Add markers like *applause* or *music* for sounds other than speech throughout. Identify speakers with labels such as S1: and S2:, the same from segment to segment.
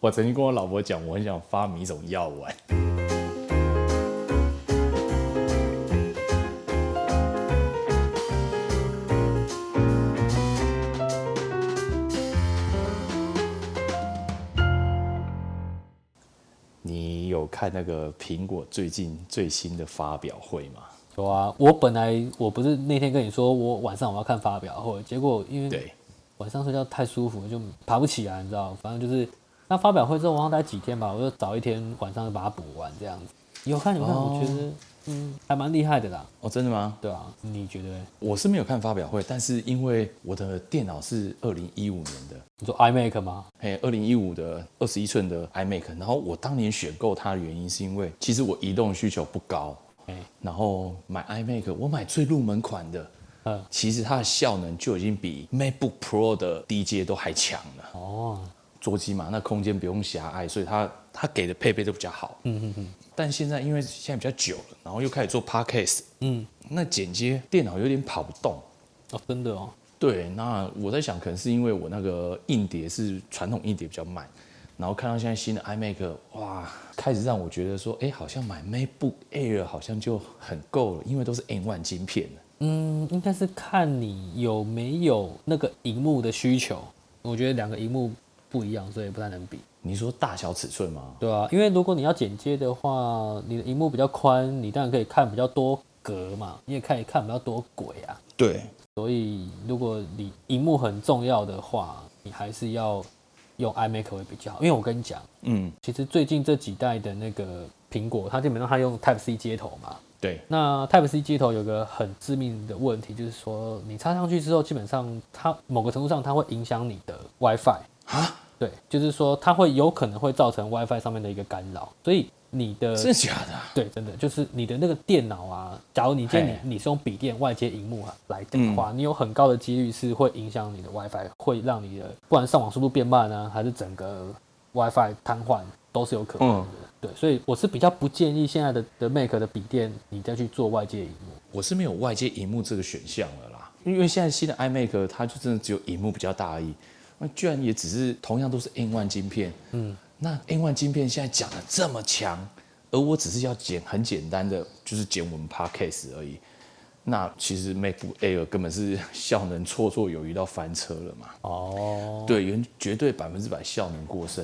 S1: 我曾经跟我老婆讲，我很想发明一种药丸。你有看那个苹果最近最新的发表会吗？
S2: 有啊，我本来我不是那天跟你说我晚上我要看发表会，结果因为
S1: 对，
S2: 晚上睡觉太舒服，就爬不起来，你知道？反正就是那发表会之后，我好像待几天吧，我就早一天晚上就把它补完，这样子。有看有看，
S1: 哦
S2: 我觉得嗯还蛮厉害的啦，
S1: 哦，真的吗？
S2: 对啊，你觉得嘞？
S1: 我是没有看发表会，但是因为我的电脑是二零一五年的，
S2: 你说 iMac 吗？
S1: 哎，二零一五的二十一寸的 iMac，然后我当年选购它的原因是因为，其实我移动需求不高，
S2: 哎，
S1: 然后买 iMac，我买最入门款的，
S2: 嗯，
S1: 其实它的效能就已经比 MacBook Pro 的低阶都还强了。
S2: 哦，
S1: 桌机嘛，那空间不用狭隘，所以它它给的配备都比较好。嗯嗯嗯。但现在因为现在比较久了，然后又开始做 podcast，
S2: 嗯，
S1: 那剪接电脑有点跑不动。
S2: 哦，真的哦，
S1: 对，那我在想，可能是因为我那个硬碟是传统硬碟比较慢，然后看到现在新的 iMac，哇，开始让我觉得说，哎，好像买 MacBook Air 好像就很够了，因为都是 N1 晶片了
S2: 嗯，应该是看你有没有那个荧幕的需求。我觉得两个荧幕不一样，所以不太能比。
S1: 你说大小尺寸吗？
S2: 对啊，因为如果你要剪接的话，你的荧幕比较宽，你当然可以看比较多格嘛，你也可以看比较多轨啊。
S1: 对，
S2: 所以如果你荧幕很重要的话，你还是要用 iMac 会比较好。因为我跟你讲，
S1: 嗯，
S2: 其实最近这几代的那个苹果，它基本上它用 Type C 接头嘛，
S1: 对，
S2: 那 Type C 接头有个很致命的问题，就是说你插上去之后，基本上它某个程度上它会影响你的 WiFi
S1: 啊。
S2: 对，就是说它会有可能会造成 WiFi 上面的一个干扰，所以你的
S1: 真的假的啊？
S2: 对，真的就是你的那个电脑啊，假如你今天
S1: 嘿嗯
S2: 你你是用笔电外接荧幕啊来的话，你有很高的几率是会影响你的 WiFi，会让你的不管上网速度变慢啊，还是整个 WiFi 瘫痪都是有可能的。
S1: 嗯
S2: 对，所以我是比较不建议现在的的 Mac 的笔电你再去做外接荧幕。
S1: 我是没有外接荧幕这个选项了啦，因为现在新的 iMac 它就真的只有荧幕比较大而已，那居然也只是同样都是 N1 晶片，嗯，那 N1 晶片现在讲的这么强，而我只是要剪很简单的，就是剪我们 Podcast 而已，那其实 MacBook Air 根本是效能绰绰有余到翻车了嘛，
S2: 哦，
S1: 对，原绝对百分之百效能过剩。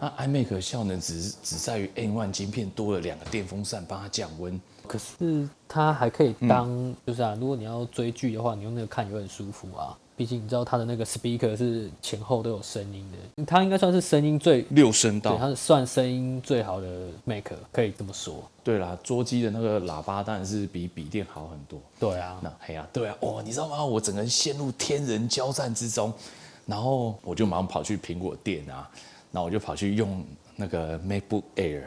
S1: 那 iMac 的效能只是只在于 N1 晶片多了两个电风扇帮它降温，
S2: 可是它还可以当，就是啊，如果你要追剧的话，你用那个看也会很舒服啊。毕竟你知道它的那个 speaker 是前后都有声音的，它应该算是声音最
S1: 六声
S2: 对，它是算声音最好的 Mac，可以这么说。
S1: 对啦，桌机的那个喇叭当然是比笔电好很多。
S2: 对啊，
S1: 那嘿呀、对啊，哦，你知道吗？我整个人陷入天人交战之中，然后我就马上跑去苹果店啊，然后我就跑去用那个 MacBook Air，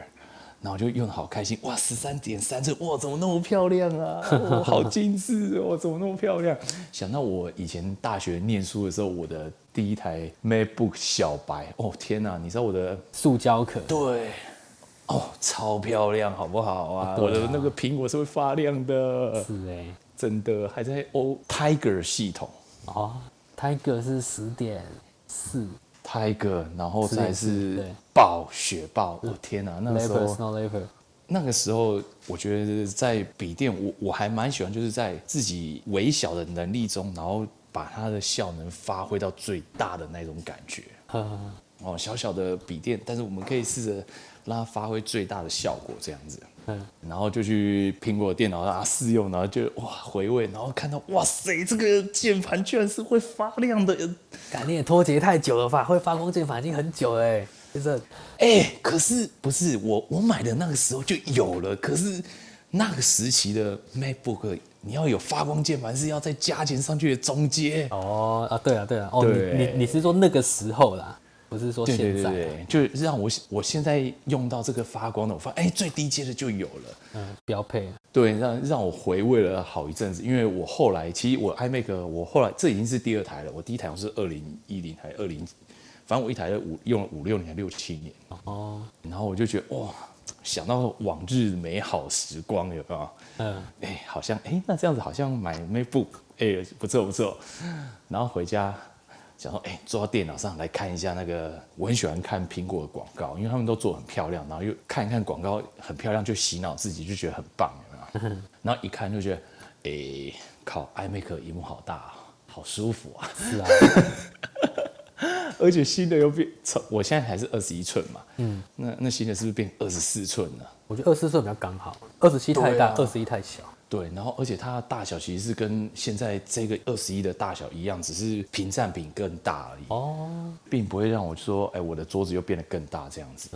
S1: 然后我就用的好开心，哇，十三点三寸，哇，怎么那么漂亮啊？哦、好精致哦，怎么那么漂亮？想到我以前大学念书的时候，我的第一台 MacBook 小白，哦天哪、你知道我的
S2: 塑胶壳，
S1: 对，哦，超漂亮，好不好啊？
S2: 对啊
S1: 我的那个苹果是会发亮的，
S2: 是哎、欸，
S1: 真的还在哦 Tiger 系统
S2: 哦，Tiger 是十点四
S1: ，Tiger，然后再
S2: 是
S1: 是
S2: 对
S1: 暴雪暴，我、天哪、那个时
S2: Lever
S1: 候
S2: Snow Lever，
S1: 那个时候，我觉得在笔电，我我还蛮喜欢，就是在自己微小的能力中，然后把它的效能发挥到最大的那种感觉。
S2: 呵呵呵
S1: 哦，小小的笔电，但是我们可以试着让它发挥最大的效果，这样子。
S2: 嗯，
S1: 然后就去苹果电脑啊试用，然后就哇回味，然后看到哇塞，这个键盘居然是会发亮的，
S2: 感觉也脱节太久了吧？会发光键盘已经很久了欸，就是
S1: 哎、可是不是我我买的那个时候就有了，可是那个时期的 MacBook 你要有发光键盘是要再加钱上去的中阶，
S2: 哦啊，对啊对啊，哦，
S1: 对
S2: 你你你是说那个时候啦，不是说
S1: 对对
S2: 现
S1: 对
S2: 在啊、
S1: 对，就让我我现在用到这个发光的，我发现哎、最低阶的就有了。
S2: 嗯，标配，
S1: 对，让让我回味了好一阵子，因为我后来其实我 iMac 我后来这已经是第二台了，我第一台我是二零一零还二零，反正我一台五用了五六年六七年，
S2: 哦，
S1: 然后我就觉得哇，想到往日美好时光有没有？
S2: 嗯，
S1: 哎，好像哎，那这样子好像买 MacBook 哎不错不错，然后回家想说，哎、坐到电脑上来看一下那个，我很喜欢看苹果的广告，因为他们都做得很漂亮，然后又看一看广告很漂亮，就洗脑自己，就觉得很棒，有没有？然后一看就觉得，哎、靠，iMac 荧幕好大、啊，好舒服啊！
S2: 是啊，
S1: *laughs* 而且新的又变，从我现在还是二十一寸嘛，嗯，那那新的是不是变二十四寸了？
S2: 我觉得二十四岁比较刚好，二十七太大，
S1: 对
S2: 二
S1: 啊
S2: 十一太小。
S1: 对，然后而且它的大小其实是跟现在这个二十一的大小一样，只是屏占比更大而已，
S2: 哦，
S1: 并不会让我说，哎、我的桌子又变得更大这样子。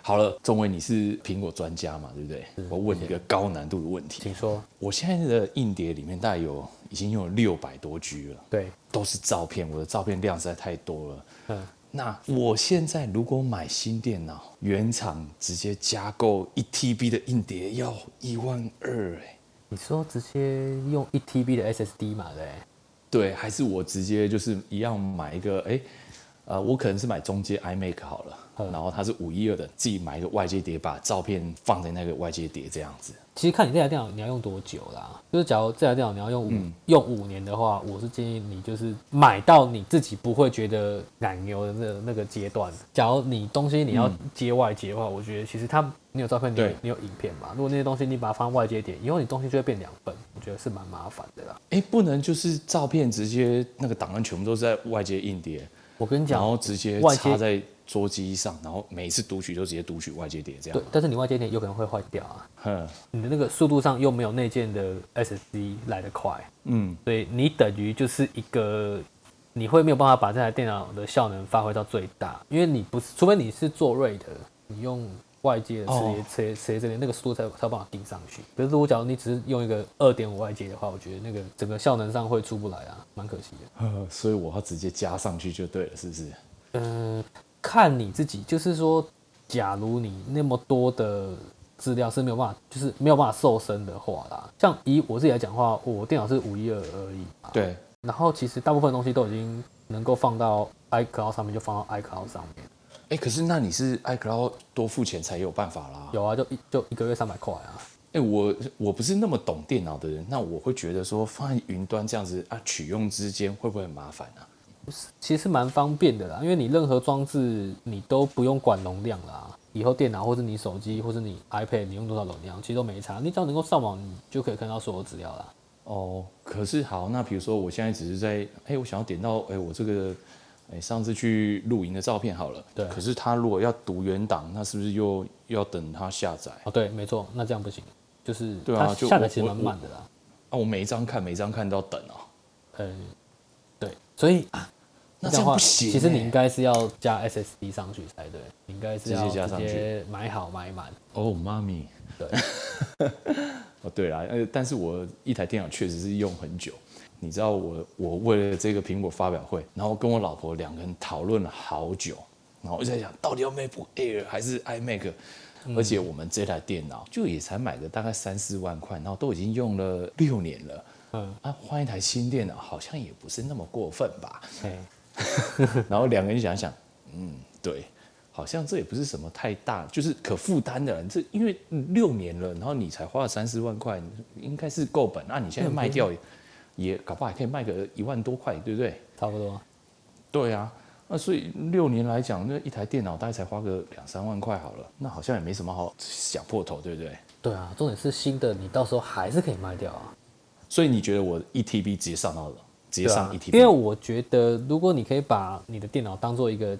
S1: 好了，钟伟，你是苹果专家嘛，对不对？我问你一个高难度的问题
S2: 请。说。
S1: 我现在的硬碟里面大概有已经有六百多 G 了，
S2: 对，
S1: 都是照片，我的照片量实在太多了。
S2: 嗯，
S1: 那我现在如果买新电脑，原厂直接加购一 TB 的硬碟要一万二，哎，
S2: 你说直接用一 TB 的欸 SSD 嘛，对不对？
S1: 对，还是我直接就是一样买一个，哎、呃，我可能是买中阶 iMac 好了，
S2: 嗯
S1: 然后它是五一二的，自己买一个外接碟，把照片放在那个外接碟这样子。
S2: 其实看你这台电脑你要用多久啦，就是假如这台电脑你要用五、
S1: 嗯
S2: 用五年的话，我是建议你就是买到你自己不会觉得奶牛的那那个阶段。假如你东西你要接外接的话，我觉得其实它你有照片，你有
S1: 嗯对
S2: 你有影片嘛，如果那些东西你把它放外接点，以后你东西就会变两份，我觉得是蛮麻烦的啦。
S1: 哎、不能就是照片直接那个档案全部都是在外接硬碟，
S2: 我跟你
S1: 然
S2: 讲，
S1: 后直接
S2: 外接
S1: 插在桌机上，然后每一次读取都直接读取外接碟这样
S2: 对。，但是你外接点有可能会坏掉啊，
S1: 哼，
S2: 你的那个速度上又没有内建的 SSD 来得快。
S1: 嗯，
S2: 所以你等于就是一个，你会没有办法把这台电脑的效能发挥到最大，因为你不是，除非你是做锐的，你用外界的
S1: 哦
S2: C C C 这边那个速度才才有办法盯上去。可是如果假如你只是用一个二点五外接的话，我觉得那个整个效能上会出不来啊，蛮可惜的。
S1: 呵所以我要直接加上去就对了，是不是？
S2: 嗯，看你自己，就是说，假如你那么多的资料是没有办法，就是没有办法瘦身的话啦，像以我自己来讲的话，我电脑是五一二而已嘛，
S1: 对，
S2: 然后其实大部分东西都已经能够放到 iCloud 上面，就放到 iCloud 上面。
S1: 哎、可是那你是 iCloud 多付钱才有办法啦。
S2: 有啊，就一就一个月三百块啊。
S1: 哎、我我不是那么懂电脑的人，那我会觉得说放在云端这样子啊，取用之间会不会很麻烦啊？
S2: 其实蛮方便的啦，因为你任何装置你都不用管容量啦。以后电脑或是你手机或是你 iPad 你用多少容量，其实都没差。你只要能够上网，你就可以看到所有资料啦。
S1: 哦，可是好，那比如说我现在只是在，哎、我想要点到，哎、我这个，哎、上次去露营的照片好了，
S2: 对
S1: 可是它如果要读原档，那是不是又要等它下载？
S2: 哦，对，没错，那这样不行，就是
S1: 对啊
S2: 它
S1: 就
S2: 下
S1: 我
S2: 载其实
S1: 我
S2: 蛮
S1: 我
S2: 慢的啦。
S1: 啊，我每一张看，每一张看都要等哦。
S2: 呃，对，所以
S1: 啊那
S2: 这
S1: 这样
S2: 样的
S1: 不
S2: 话，
S1: 行欸、
S2: 其实你应该是要加 SSD 上去才对，你应该是要
S1: 直接加上去
S2: 接买好买满。
S1: 哦，妈咪，
S2: 对，
S1: *laughs* 哦，对啦，呃，但是我一台电脑确实是用很久。你知道我我为了这个苹果发表会，然后跟我老婆两个人讨论了好久，然后我就在想到底要 MacBook Air 还是 iMac，、而
S2: 嗯
S1: 且我们这台电脑就也才买个大概三四万块，然后都已经用了六年了，
S2: 嗯，
S1: 啊，换一台新电脑好像也不是那么过分吧？
S2: 哎。
S1: 然后两个人想想，嗯，对，好像这也不是什么太大，就是可负担的。这因为六年了，然后你才花了三四万块，应该是够本。那、你现在卖掉也，也搞不好还可以卖个一万多块，对不对？
S2: 差不多。
S1: 对啊，那所以六年来讲，那一台电脑大概才花个两三万块好了，那好像也没什么好想破头，对不对？
S2: 对啊，重点是新的，你到时候还是可以卖掉啊。
S1: 所以你觉得我一 TB 直接上到了，直接
S2: 对啊
S1: 上一 TB？、
S2: 因为我觉得，如果你可以把你的电脑当做一个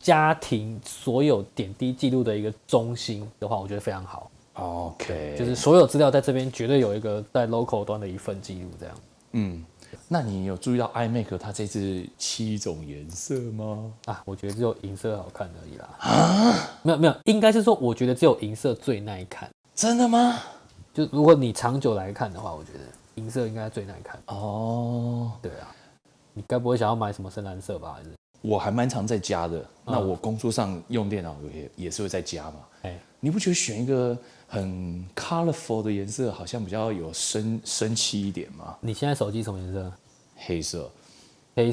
S2: 家庭所有点滴记录的一个中心的话，我觉得非常好。
S1: 哦 OK，
S2: 就是所有资料在这边绝对有一个在 local 端的一份记录，这样。
S1: 嗯，那你有注意到 iMac 它这次七种颜色吗？
S2: 啊，我觉得只有银色好看而已啦。啊，没有没有，应该是说，我觉得只有银色最耐看。
S1: 真的吗？
S2: 就如果你长久来看的话，我觉得银色应该最耐看。
S1: 哦，
S2: 对啊，你该不会想要买什么深蓝色吧？还是？
S1: 我还蛮常在家的。那我工作上用电脑也也是会在家嘛。
S2: 哎、
S1: 你不觉得选一个很 colorful 的颜色，好像比较有生生气一点吗？
S2: 你现在手机什么颜色？
S1: 黑色。
S2: 黑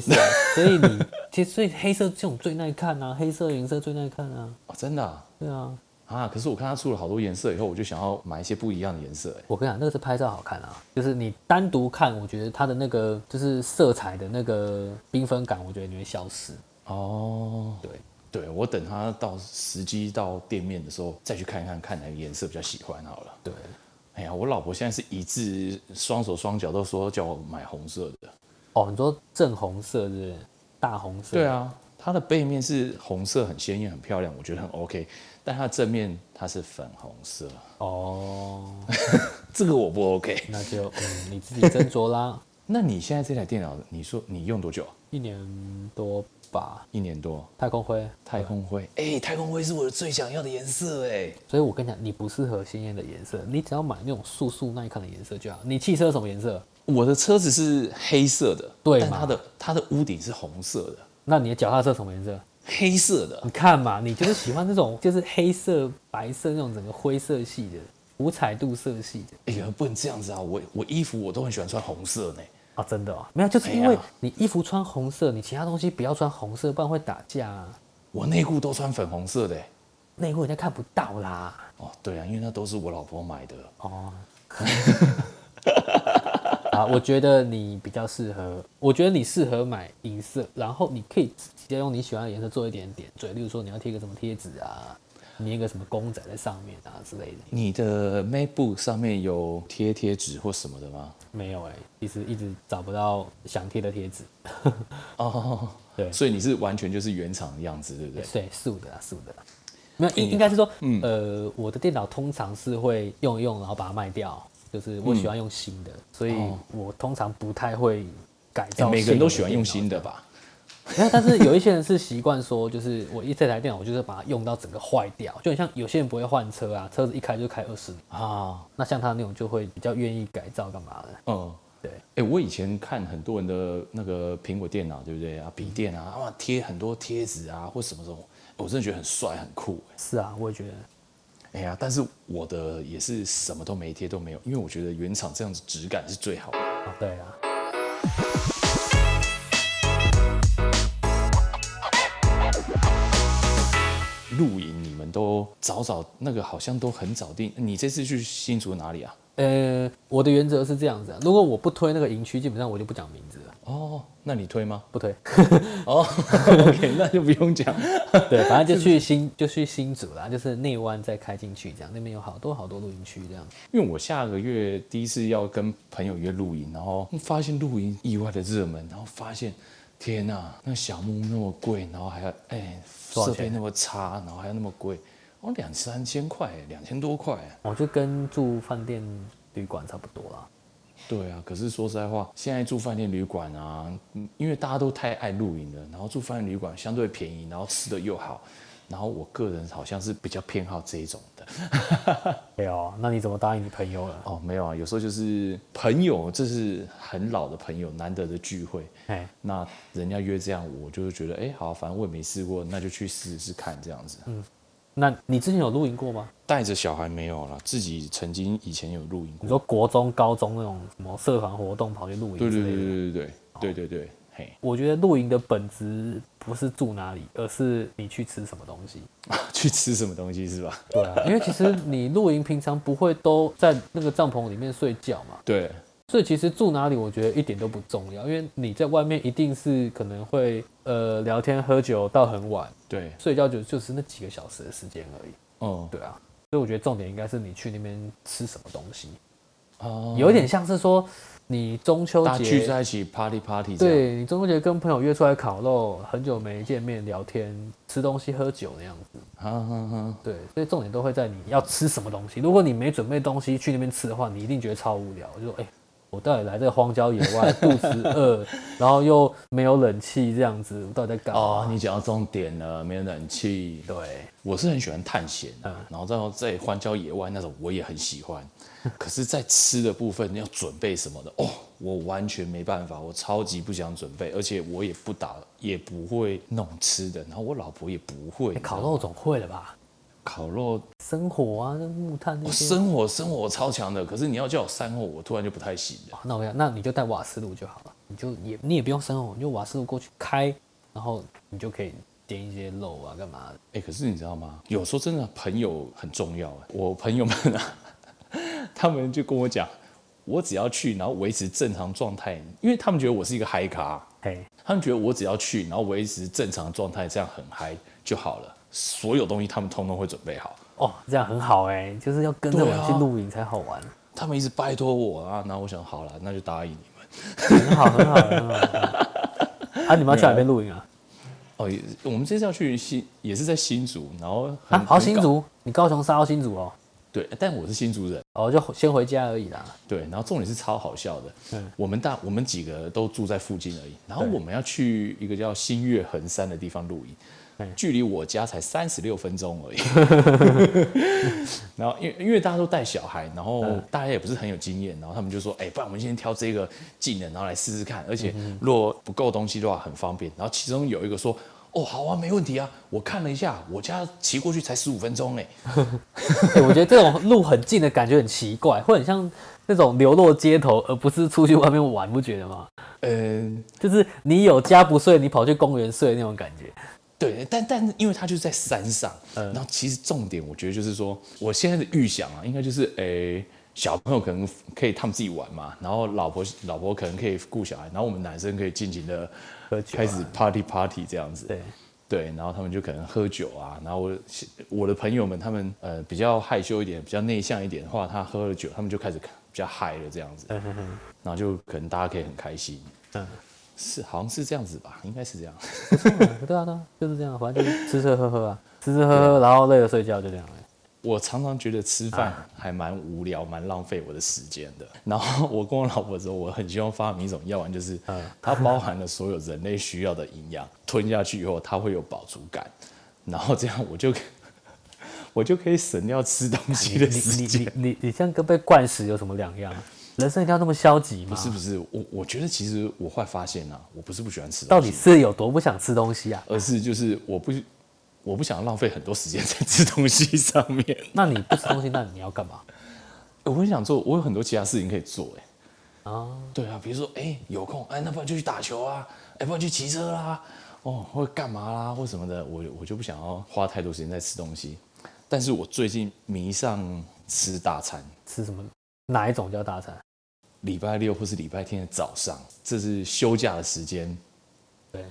S1: *laughs*
S2: 色，所以你其实所以黑色这种最耐看啊，黑色、银色最耐看啊，
S1: 哦，真的、啊，
S2: 对啊，
S1: 啊，可是我看它出了好多颜色以后，我就想要买一些不一样的颜色、欸。
S2: 我跟你讲，那个是拍照好看啊，就是你单独看，我觉得它的那个就是色彩的那个缤纷感，我觉得你会消失。
S1: 哦，
S2: 对，
S1: 对我等它到时机到店面的时候再去看一看，看哪个颜色比较喜欢好了。
S2: 对，
S1: 哎呀，我老婆现在是一致双手双脚都说叫我买红色的。
S2: 哦，你说正红色是不是大红色？
S1: 对，啊，它的背面是红色，很鲜艳，很漂亮，我觉得很 OK。但它正面它是粉红色，
S2: 哦，
S1: 这个我不 OK。
S2: 那就嗯你自己斟酌啦。
S1: *laughs*
S2: *laughs*
S1: 那你现在这台电脑，你说你用多久？
S2: 一年多吧，
S1: 一年多。
S2: 太空灰。
S1: 太空灰，哎、太空灰是我最想要的颜色、哎，
S2: 所以我跟你讲，你不适合鲜艳的颜色，你只要买那种素素耐看的颜色就好。你汽车什么颜色？
S1: 我的车子是黑色的，
S2: 对
S1: 但
S2: 嘛
S1: 它的它的屋顶是红色的，
S2: 那你的脚踏车什么颜色？
S1: 黑色的
S2: 你，看嘛，你就是喜欢那种就是黑色、白色那种整个灰色系的、五彩度色系的
S1: 哎、呀，不能这样子啊，我我衣服我都很喜欢穿红色呢、
S2: 啊，真的哦，没有，就是因
S1: 哎
S2: 为
S1: 呀
S2: 你衣服穿红色，你其他东西不要穿红色，不然会打架啊，
S1: 我内裤都穿粉红色的、哎
S2: 内裤人家看不到啦。
S1: 哦，对啊，因为那都是我老婆买的，
S2: 哦， *laughs* 啊，我觉得你比较适合，我觉得你适合买银色，然后你可以直接用你喜欢的颜色做一点点缀，例如说你要贴个什么贴纸啊，粘个什么公仔在上面啊之类的。
S1: 你的 MacBook 上面有贴贴纸或什么的吗？
S2: 没有哎、其实一直找不到想贴的贴纸。
S1: 哦， *laughs*
S2: 对
S1: 所以你是完全就是原厂的样子，对不哎对？
S2: 对，素的啊，素的啦。没有，应应该是说，
S1: 嗯
S2: 呃，我的电脑通常是会用一用，然后把它卖掉，就是
S1: 嗯
S2: 我喜欢用新的，所以我通常不太会改
S1: 哎
S2: 造。
S1: 哦每个人都喜欢用新的吧？
S2: 没有， *laughs* 但是有一些人是习惯说，就是我一这台电脑，我就是把它用到整个坏掉，就很像有些人不会换车啊，车子一开就开二十年，
S1: 啊，
S2: 那像他那种就会比较愿意改造干嘛的。
S1: 嗯，
S2: 对，
S1: 哎、我以前看很多人的那个苹果电脑，对不对啊？笔电
S2: 嗯
S1: 啊，哇，贴很多贴纸啊，或什么什么，我真的觉得很帅很酷、
S2: 是啊，我也觉得，
S1: 哎呀，但是我的也是什么都没贴都没有，因为我觉得原厂这样子质感是最好的。
S2: 啊，对啊。
S1: 露营你们都早早那个好像都很早定，你这次去新竹哪里啊？
S2: 呃，我的原则是这样子、啊，如果我不推那个营区，基本上我就不讲名字了，
S1: 哦，那你推吗？
S2: 不推。 *laughs* 嗯
S1: 哦，OK，那就不用讲。
S2: 对，反正就去新 *laughs* 就去新竹啦，就是内湾再开进去，这样那边有好多好多露营区这样。
S1: 因为我下个月第一次要跟朋友约露营，然后发现露营意外的热门，然后发现天呐、那小木屋那么贵，然后还要哎
S2: 多
S1: 设
S2: 少
S1: 备
S2: 钱
S1: 那么差，然后还要那么贵，哦两三千块，两千多块。
S2: 我就跟住饭店旅馆差不多啦。
S1: 对啊，可是说实在话，现在住饭店旅馆啊，嗯因为大家都太爱露营了，然后住饭店旅馆相对便宜，然后吃的又好，然后我个人好像是比较偏好这一种的。
S2: 没有，哎那你怎么答应你朋友了？
S1: 哦，没有啊，有时候就是朋友，这是很老的朋友，难得的聚会。
S2: 哎，
S1: 那人家约这样，我就是觉得，哎、好，反正我也没试过，那就去试试看这样子。
S2: 嗯那你之前有露营过吗？
S1: 带着小孩没有啦，自己曾经以前有露营
S2: 你
S1: 过。
S2: 说国中、高中那种什么社团活动跑去露营
S1: 对
S2: 之类的？
S1: 对对对对对对对对，嘿， *laughs*
S2: 我觉得露营的本质不是住哪里，而是你去吃什么东西。
S1: 去吃什么东西是吧？
S2: 对啊，因为其实你露营平常不会都在那个帐篷里面睡觉嘛，
S1: 对，
S2: 所以其实住哪里我觉得一点都不重要，因为你在外面一定是可能会呃聊天喝酒到很晚，
S1: 对，
S2: 睡觉就就是那几个小时的时间而已。
S1: 嗯，
S2: 对啊，所以我觉得重点应该是你去那边吃什么东西，
S1: 啊，
S2: 有一点像是说你中秋
S1: 大家聚
S2: 节。
S1: 在一起啊 party party 这样。
S2: 对你中秋节跟朋友约出来烤肉，很久没见面聊天、吃东西、喝酒那样子，
S1: 啊哈哈，
S2: 对，所以重点都会在你要吃什么东西。如果你没准备东西去那边吃的话，你一定觉得超无聊。就说，哎、我到底来这个荒郊野外，肚子饿，然后又没有冷气，这样子，我到底在干嘛？
S1: 哦，你讲到重点了，没有冷气。
S2: 对，
S1: 我是很喜欢探险、
S2: 嗯
S1: 然后到在荒郊野外那种我也很喜
S2: *laughs*
S1: 欢，可是，在吃的部分要准备什么的哦，我完全没办法，我超级不想准备，而且我也不打，也不会弄吃的，然后我老婆也不会、
S2: 哎烤肉总会了吧？
S1: 烤肉，
S2: 生火啊，那木炭那
S1: 我
S2: 些。
S1: 生火生火超强的，可是你要叫我散火，我突然就不太行了。
S2: 哦那我跟你讲，那你就带瓦斯炉就好了，你就也你也不用生火，你就瓦斯炉过去开，然后你就可以点一些肉啊，干嘛的？
S1: 哎、可是你知道吗？有时候真的朋友很重要。哎我朋友们啊， *laughs* 他们就跟我讲，我只要去，然后维持正常状态，因为他们觉得我是一个嗨咖，
S2: 嘿，
S1: 他们觉得我只要去，然后维持正常状态，这样很嗨就好了。所有东西他们通通会准备好。
S2: 哦，这样很好哎、就是要跟着我
S1: 对
S2: 们
S1: 啊
S2: 去露营才好玩，
S1: 他们一直拜托我啊，然后我想好了，那就答应你们。
S2: 很好，很好，很好。很好啊，你们要去哪边露营啊？
S1: 哦，也我们这次要去新，也是在新竹，然后很
S2: 啊，跑
S1: 很
S2: 新
S1: 搞
S2: 竹，你高雄杀到新竹哦，
S1: 对，但我是新竹人，
S2: 哦，就先回家而已啦。 *laughs*
S1: 对，然后重点是超好笑的，
S2: 嗯
S1: 我们大我们几个都住在附近而已，然后
S2: 对
S1: 我们要去一个叫新月横山的地方露
S2: 嗯
S1: 营，距离我家才三十六分钟而已。然后因为因为大家都带小孩，然后大家也不是很有经验，然后他们就说，哎、不然我们先挑这个技能，然后来试试看，而且若不够东西的话很方便。然后其中有一个说。哦，好啊，没问题啊！我看了一下，我家骑过去才十五分钟哎。
S2: 哎、我觉得这种路很近的感觉很奇怪，会很像那种流落街头，而不是出去外面玩，不觉得吗？ *laughs*
S1: 嗯、
S2: 就是你有家不睡，你跑去公园睡那种感觉。
S1: 对，但但因为它就是在山上，
S2: 嗯
S1: 然后其实重点我觉得就是说，我现在的预想啊，应该就是诶、小朋友可能可以他们自己玩嘛，然后老婆老婆可能可以顾小孩，然后我们男生可以尽情的
S2: 喝酒啊
S1: 开始 party party 这样子，
S2: 对，
S1: 对，然后他们就可能喝酒啊，然后我我的朋友们他们呃比较害羞一点，比较内向一点的话，他喝了酒，他们就开始比较嗨了这样子，
S2: 嗯哼哼，
S1: 然后就可能大家可以很开心，
S2: 嗯，
S1: 是好像是这样子吧，应该是这样。
S2: 对啊，对啊，就是这样，反正就是吃吃喝喝啊，吃吃喝喝，然后累了睡觉，就这样、
S1: 我常常觉得吃饭
S2: 啊
S1: 还蛮无聊、蛮浪费我的时间的。 *laughs* 然后我跟我老婆说，我很希望发明一种药丸，就是
S2: 啊
S1: 它包含了所有人类需要的营养， *laughs* 吞下去以后它会有饱足感，然后这样我就 *laughs* 我就可以省掉吃东西
S2: 啊
S1: *laughs*
S2: 你
S1: 的时
S2: 你
S1: 间
S2: 你。你你你这样跟被灌死有什么两样啊？人生一定要那么消极吗？
S1: 是不是？我我觉得其实我后来发现啊，我不是不喜欢吃
S2: 到
S1: 东西，
S2: 底是有多不想吃东西啊？
S1: 而是就是我不我不想浪费很多时间在吃东西上面。
S2: 那你不吃东西，那你要干嘛？
S1: 我很想做，我有很多其他事情可以做、哎。
S2: 啊，
S1: 对啊，比如说，哎、有空，哎、那不然就去打球啊，哎、不然去骑车啦，哦，或干嘛啦，或什么的，我我就不想要花太多时间在吃东西。但是我最近迷上吃大餐，
S2: 吃什么？哪一种叫大餐？
S1: 礼拜六或是礼拜天的早上，这是休假的时间，
S2: 对，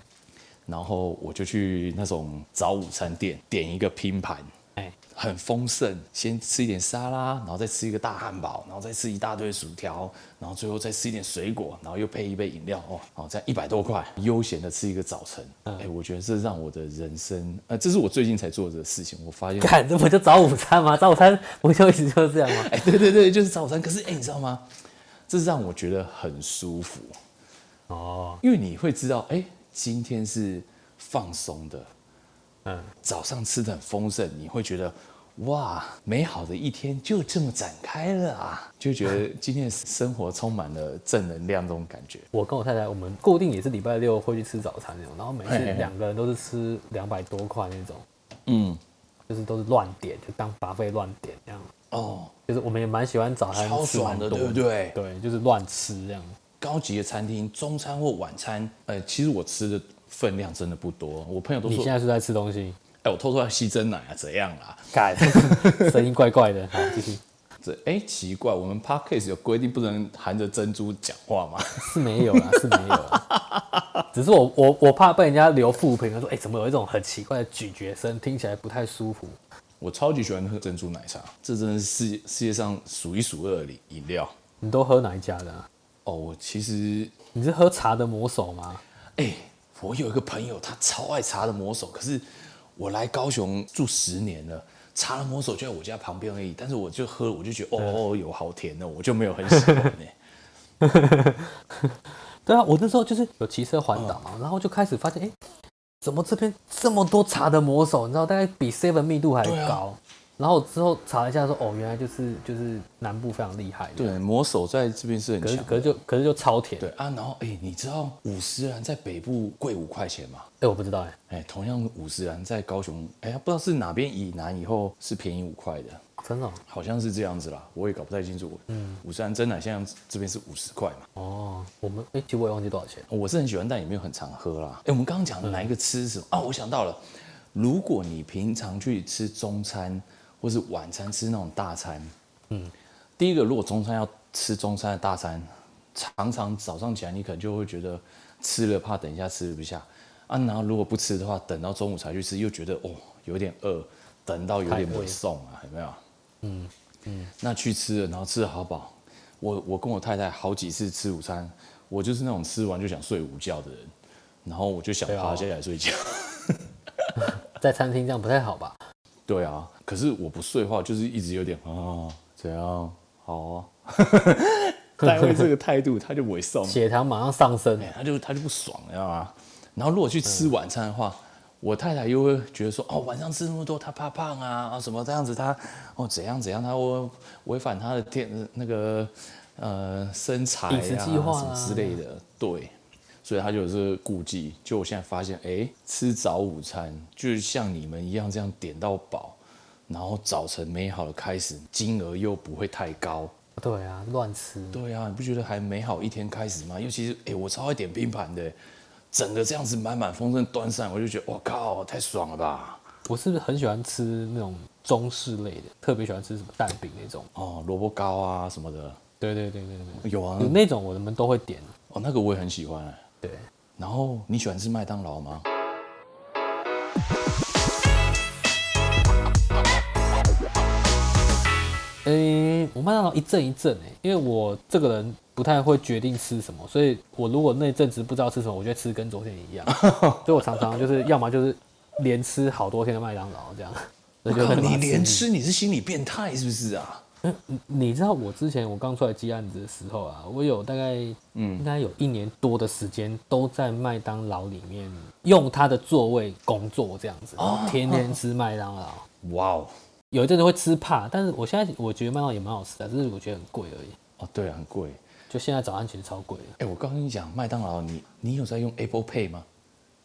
S1: 然后我就去那种早午餐店点一个拼盘，
S2: 哎，
S1: 很丰盛，先吃一点沙拉，然后再吃一个大汉堡，然后再吃一大堆薯条，然后最后再吃一点水果，然后又配一杯饮料哦，哦，这样一百多块，悠闲的吃一个早晨。哎、我觉得这让我的人生，呃，这是我最近才做的事情，我发现。
S2: 看，这不就早午餐吗？早 *laughs* 午餐不就一直就是这样吗？
S1: 哎、对对对，就是早餐。可是哎、你知道吗？这让我觉得很舒服，
S2: 哦，
S1: 因为你会知道，哎、今天是放松的，
S2: 嗯，
S1: 早上吃的很丰盛，你会觉得哇，美好的一天就这么展开了啊，就觉得今天的生活充满了正能量这种感觉。
S2: 我跟我太太，我们固定也是礼拜六会去吃早餐那种，然后每次
S1: 嘿嘿嘿
S2: 两个人都是吃两百多块那种，
S1: 嗯，
S2: 就是都是乱点，就当拔费乱点这样。
S1: 哦，
S2: 就是我们也蛮喜欢早餐
S1: 超
S2: 吃蛮
S1: 爽的，
S2: 多
S1: 对不？对？
S2: 对，就是乱吃这样。
S1: 高级的餐厅，中餐或晚餐，呃，其实我吃的分量真的不多，我朋友都
S2: 你
S1: 说
S2: 现，在是在吃东西，
S1: 哎、我偷偷要吸真奶啊，怎样啦？
S2: 改 *laughs* 声音怪怪的，好继续
S1: 这哎、奇怪，我们 podcast 有规定不能含着珍珠讲话吗？ *laughs*
S2: 是没有啦，是没有啦。 *laughs* 只是我我我怕被人家留负评，他说哎、怎么有一种很奇怪的咀嚼声，听起来不太舒服。
S1: 我超级喜欢喝珍珠奶茶，这真的是世界世界上数一数二的饮饮料。
S2: 你都喝哪一家的啊、
S1: 哦，我其实
S2: 你是喝茶的魔手吗？
S1: 哎、我有一个朋友，他超爱茶的魔手，可是我来高雄住十年了，茶的魔手就在我家旁边而已。但是我就喝了，我就觉得哦哦有好甜哦，我就没有很喜欢哎、
S2: 对啊，我那时候就是有骑车环岛
S1: 嗯
S2: 嘛，然后就开始发现，哎、怎么这边这么多茶的魔手？你知道，大概比 seven 密度还
S1: 对啊
S2: 高。然后之后查了一下说，哦，原来就是就是南部非常厉害的。
S1: 对，魔手在这边是很
S2: 可是
S1: 强
S2: 可是
S1: 的。
S2: 就可是就超甜。
S1: 对啊，然后哎、你知道五十岚在北部贵五块钱吗？
S2: 哎，我不知道哎，
S1: 哎、同样五十岚在高雄，哎、呀，不知道是哪边以南以后是便宜五块的。
S2: 真的哦
S1: 好像是这样子啦，我也搞不太清楚。嗯，五十元真奶现在这边是五十块嘛，
S2: 哦，我们哎、其实我也忘记多少钱。
S1: 我是很喜欢，但也没有很常喝啦。哎、我们刚刚讲的哪一个吃什么、啊？我想到了，如果你平常去吃中餐或是晚餐吃那种大餐，嗯，第一个如果中餐要吃中餐的大餐，常常早上起来你可能就会觉得吃了怕等一下吃不下啊，然后如果不吃的话，等到中午才去吃，又觉得哦有点饿，等到有点
S2: 太饿嗯
S1: 不送啊，有没有？那去吃了，然后吃的好饱。我我跟我太太好几次吃午餐，我就是那种吃完就想睡午觉的人，然后我就想
S2: 对啊
S1: 趴下来睡觉。 *laughs*
S2: 在餐厅这样不太好吧？
S1: 对啊，可是我不睡的话，就是一直有点啊，怎样？好啊， *laughs* 大概会这个态度，他就不会送。
S2: 血糖马上上升，
S1: 哎他就他就不爽，你知道吗？然后如果去
S2: 嗯
S1: 吃晚餐的话，我太太又会觉得说，哦，晚上吃那么多，她怕胖啊，啊什么这样子，她哦怎样怎样，她会违反她的天那个呃身材啊
S2: 饮食计划啊
S1: 什么之类的，对。所以她就有这个顾忌。就我现在发现，哎，吃早午餐就是像你们一样这样点到饱，然后早晨美好的开始，金额又不会太高，
S2: 对啊，乱吃，
S1: 对啊，你不觉得还美好一天开始吗？尤其是哎、诶我超爱点拼盘的，整个这样子满满丰盛端上，我就觉得我靠，太爽了吧！
S2: 我是很喜欢吃那种中式类的，特别喜欢吃什么蛋饼那种。
S1: 哦，萝卜糕啊什么的，
S2: 对对对对对，
S1: 有啊
S2: 有，那种我们都会点。
S1: 哦，那个我也很喜欢、
S2: 对，
S1: 然后你喜欢吃麦当劳吗？
S2: 诶、我麦当劳一阵一阵诶、因为我这个人不太会决定吃什么，所以我如果那阵子不知道吃什么，我就会吃跟昨天一样，所以我常常就是要么就是连吃好多天的麦当劳这样。 *laughs*
S1: 我
S2: 那就
S1: 靠，
S2: 没办法
S1: 哦你连吃你是心理变态是不是啊？
S2: 你知道我之前我刚出来接案子的时候啊，我有大概嗯，应该有一年多的时间都在麦当劳里面用他的座位工作这样子，然后天天吃麦当劳。
S1: 哇哦，
S2: 有一阵子会吃怕，但是我现在我觉得麦当劳也蛮好吃的，只是我觉得很贵而已。
S1: 哦对啊，很贵。
S2: 就现在早餐其实超贵的。
S1: 哎、我告诉你讲，麦当劳你你有在用 Apple Pay 吗？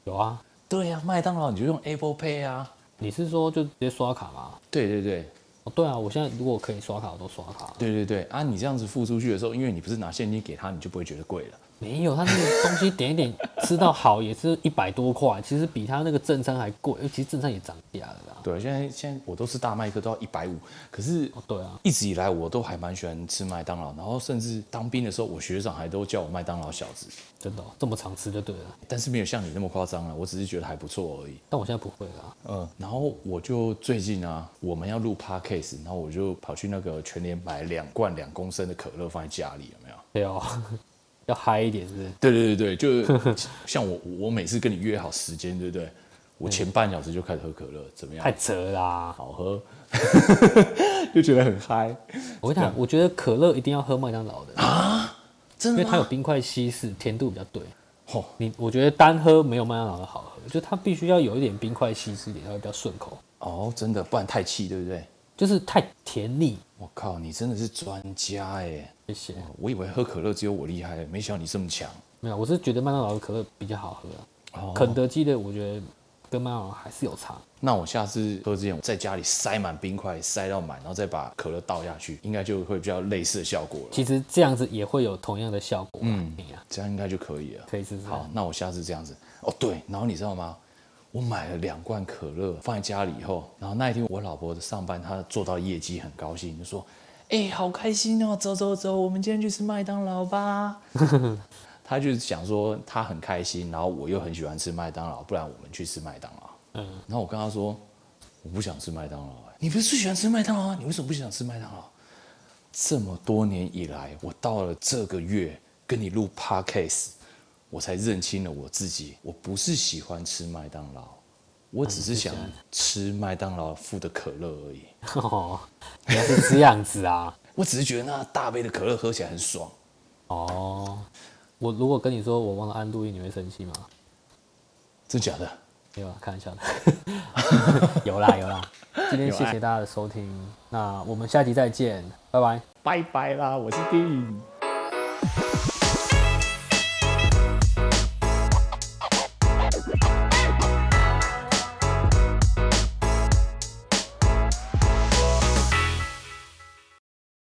S2: 有啊，
S1: 对啊，麦当劳你就用 Apple Pay 啊。
S2: 你是说就直接刷卡吗？
S1: 对对对，
S2: 哦，对啊，我现在如果可以刷卡，我都刷卡。
S1: 对对对啊！你这样子付出去的时候，因为你不是拿现金给他，你就不会觉得贵了。
S2: 没有，他那个东西点一点吃到好也是一百多块，其实比他那个正餐还贵，其实正餐也涨价了啦。
S1: 对，现在现在我都是大麦克都要一百五，可是
S2: 哦，对啊，
S1: 一直以来我都还蛮喜欢吃麦当劳，然后甚至当兵的时候，我学长还都叫我麦当劳小子，
S2: 真的哦、这么常吃就对了。
S1: 但是没有像你那么夸张啊了，我只是觉得还不错而已。
S2: 但我现在不会啦。
S1: 嗯，然后我就最近啊，我们要录 podcast，然后我就跑去那个全联买两罐两公升的可乐放在家里，有没有？
S2: 对哦， *laughs* 要嗨一点是不是？
S1: 对对对对，就
S2: *laughs*
S1: 是像我我每次跟你约好时间，对不对？我前半小时就开始喝可乐，怎么样
S2: 太？扯啦！
S1: 好喝， *laughs* 就觉得很嗨。
S2: 我跟你讲，我觉得可乐一定要喝麦当劳的，
S1: 真
S2: 因
S1: 的
S2: 为
S1: 吗？
S2: 它有冰块稀释，甜度比较对。
S1: 吼
S2: 你我觉得单喝没有麦当劳的好喝，就它必须要有一点冰块稀释一点，它会比较顺口。
S1: 哦，真的，不然太气，对不对？
S2: 就是太甜腻，
S1: 我靠，你真的是专家哎！
S2: 谢谢。
S1: 我以为喝可乐只有我厉害，没想到你这么强。
S2: 没有，我是觉得麦当劳的可乐比较好喝啊、
S1: 哦
S2: 肯德基的我觉得跟麦当劳还是有差。
S1: 那我下次喝之前，我在家里塞满冰块，塞到满，然后再把可乐倒下去，应该就会比较类似的效果了。
S2: 其实这样子也会有同样的效果、啊。嗯，啊，
S1: 这样应该就可以了。
S2: 可以试试看。
S1: 好，那我下次这样子。哦，对，然后你知道吗？我买了两罐可乐放在家里以后，然后那一天我老婆上班，她做到业绩很高兴，就说：“哎、好开心哦，走走走，我们今天去吃麦当劳吧。”她就想说她很开心，然后我又很喜欢吃麦当劳，不然我们去吃麦当劳。嗯，然后我跟她说：“我不想吃麦当劳、哎你不是最喜欢吃麦当劳吗？啊你为什么不想吃麦当劳？”这么多年以来，我到了这个月跟你录 podcast，我才认清了我自己，我不是喜欢吃麦当劳，我只是想吃麦当劳附的可乐而已。
S2: *laughs* 哦，原来是这样子啊。
S1: 我只是觉得那大杯的可乐喝起来很爽。
S2: 哦，我如果跟你说我忘了按录音，你会生气吗？
S1: 真假的？
S2: 没有啦，开玩笑的。有啦有啦，今天谢谢大家的收听，那我们下集再见，拜拜。
S1: 拜拜啦，我是丁。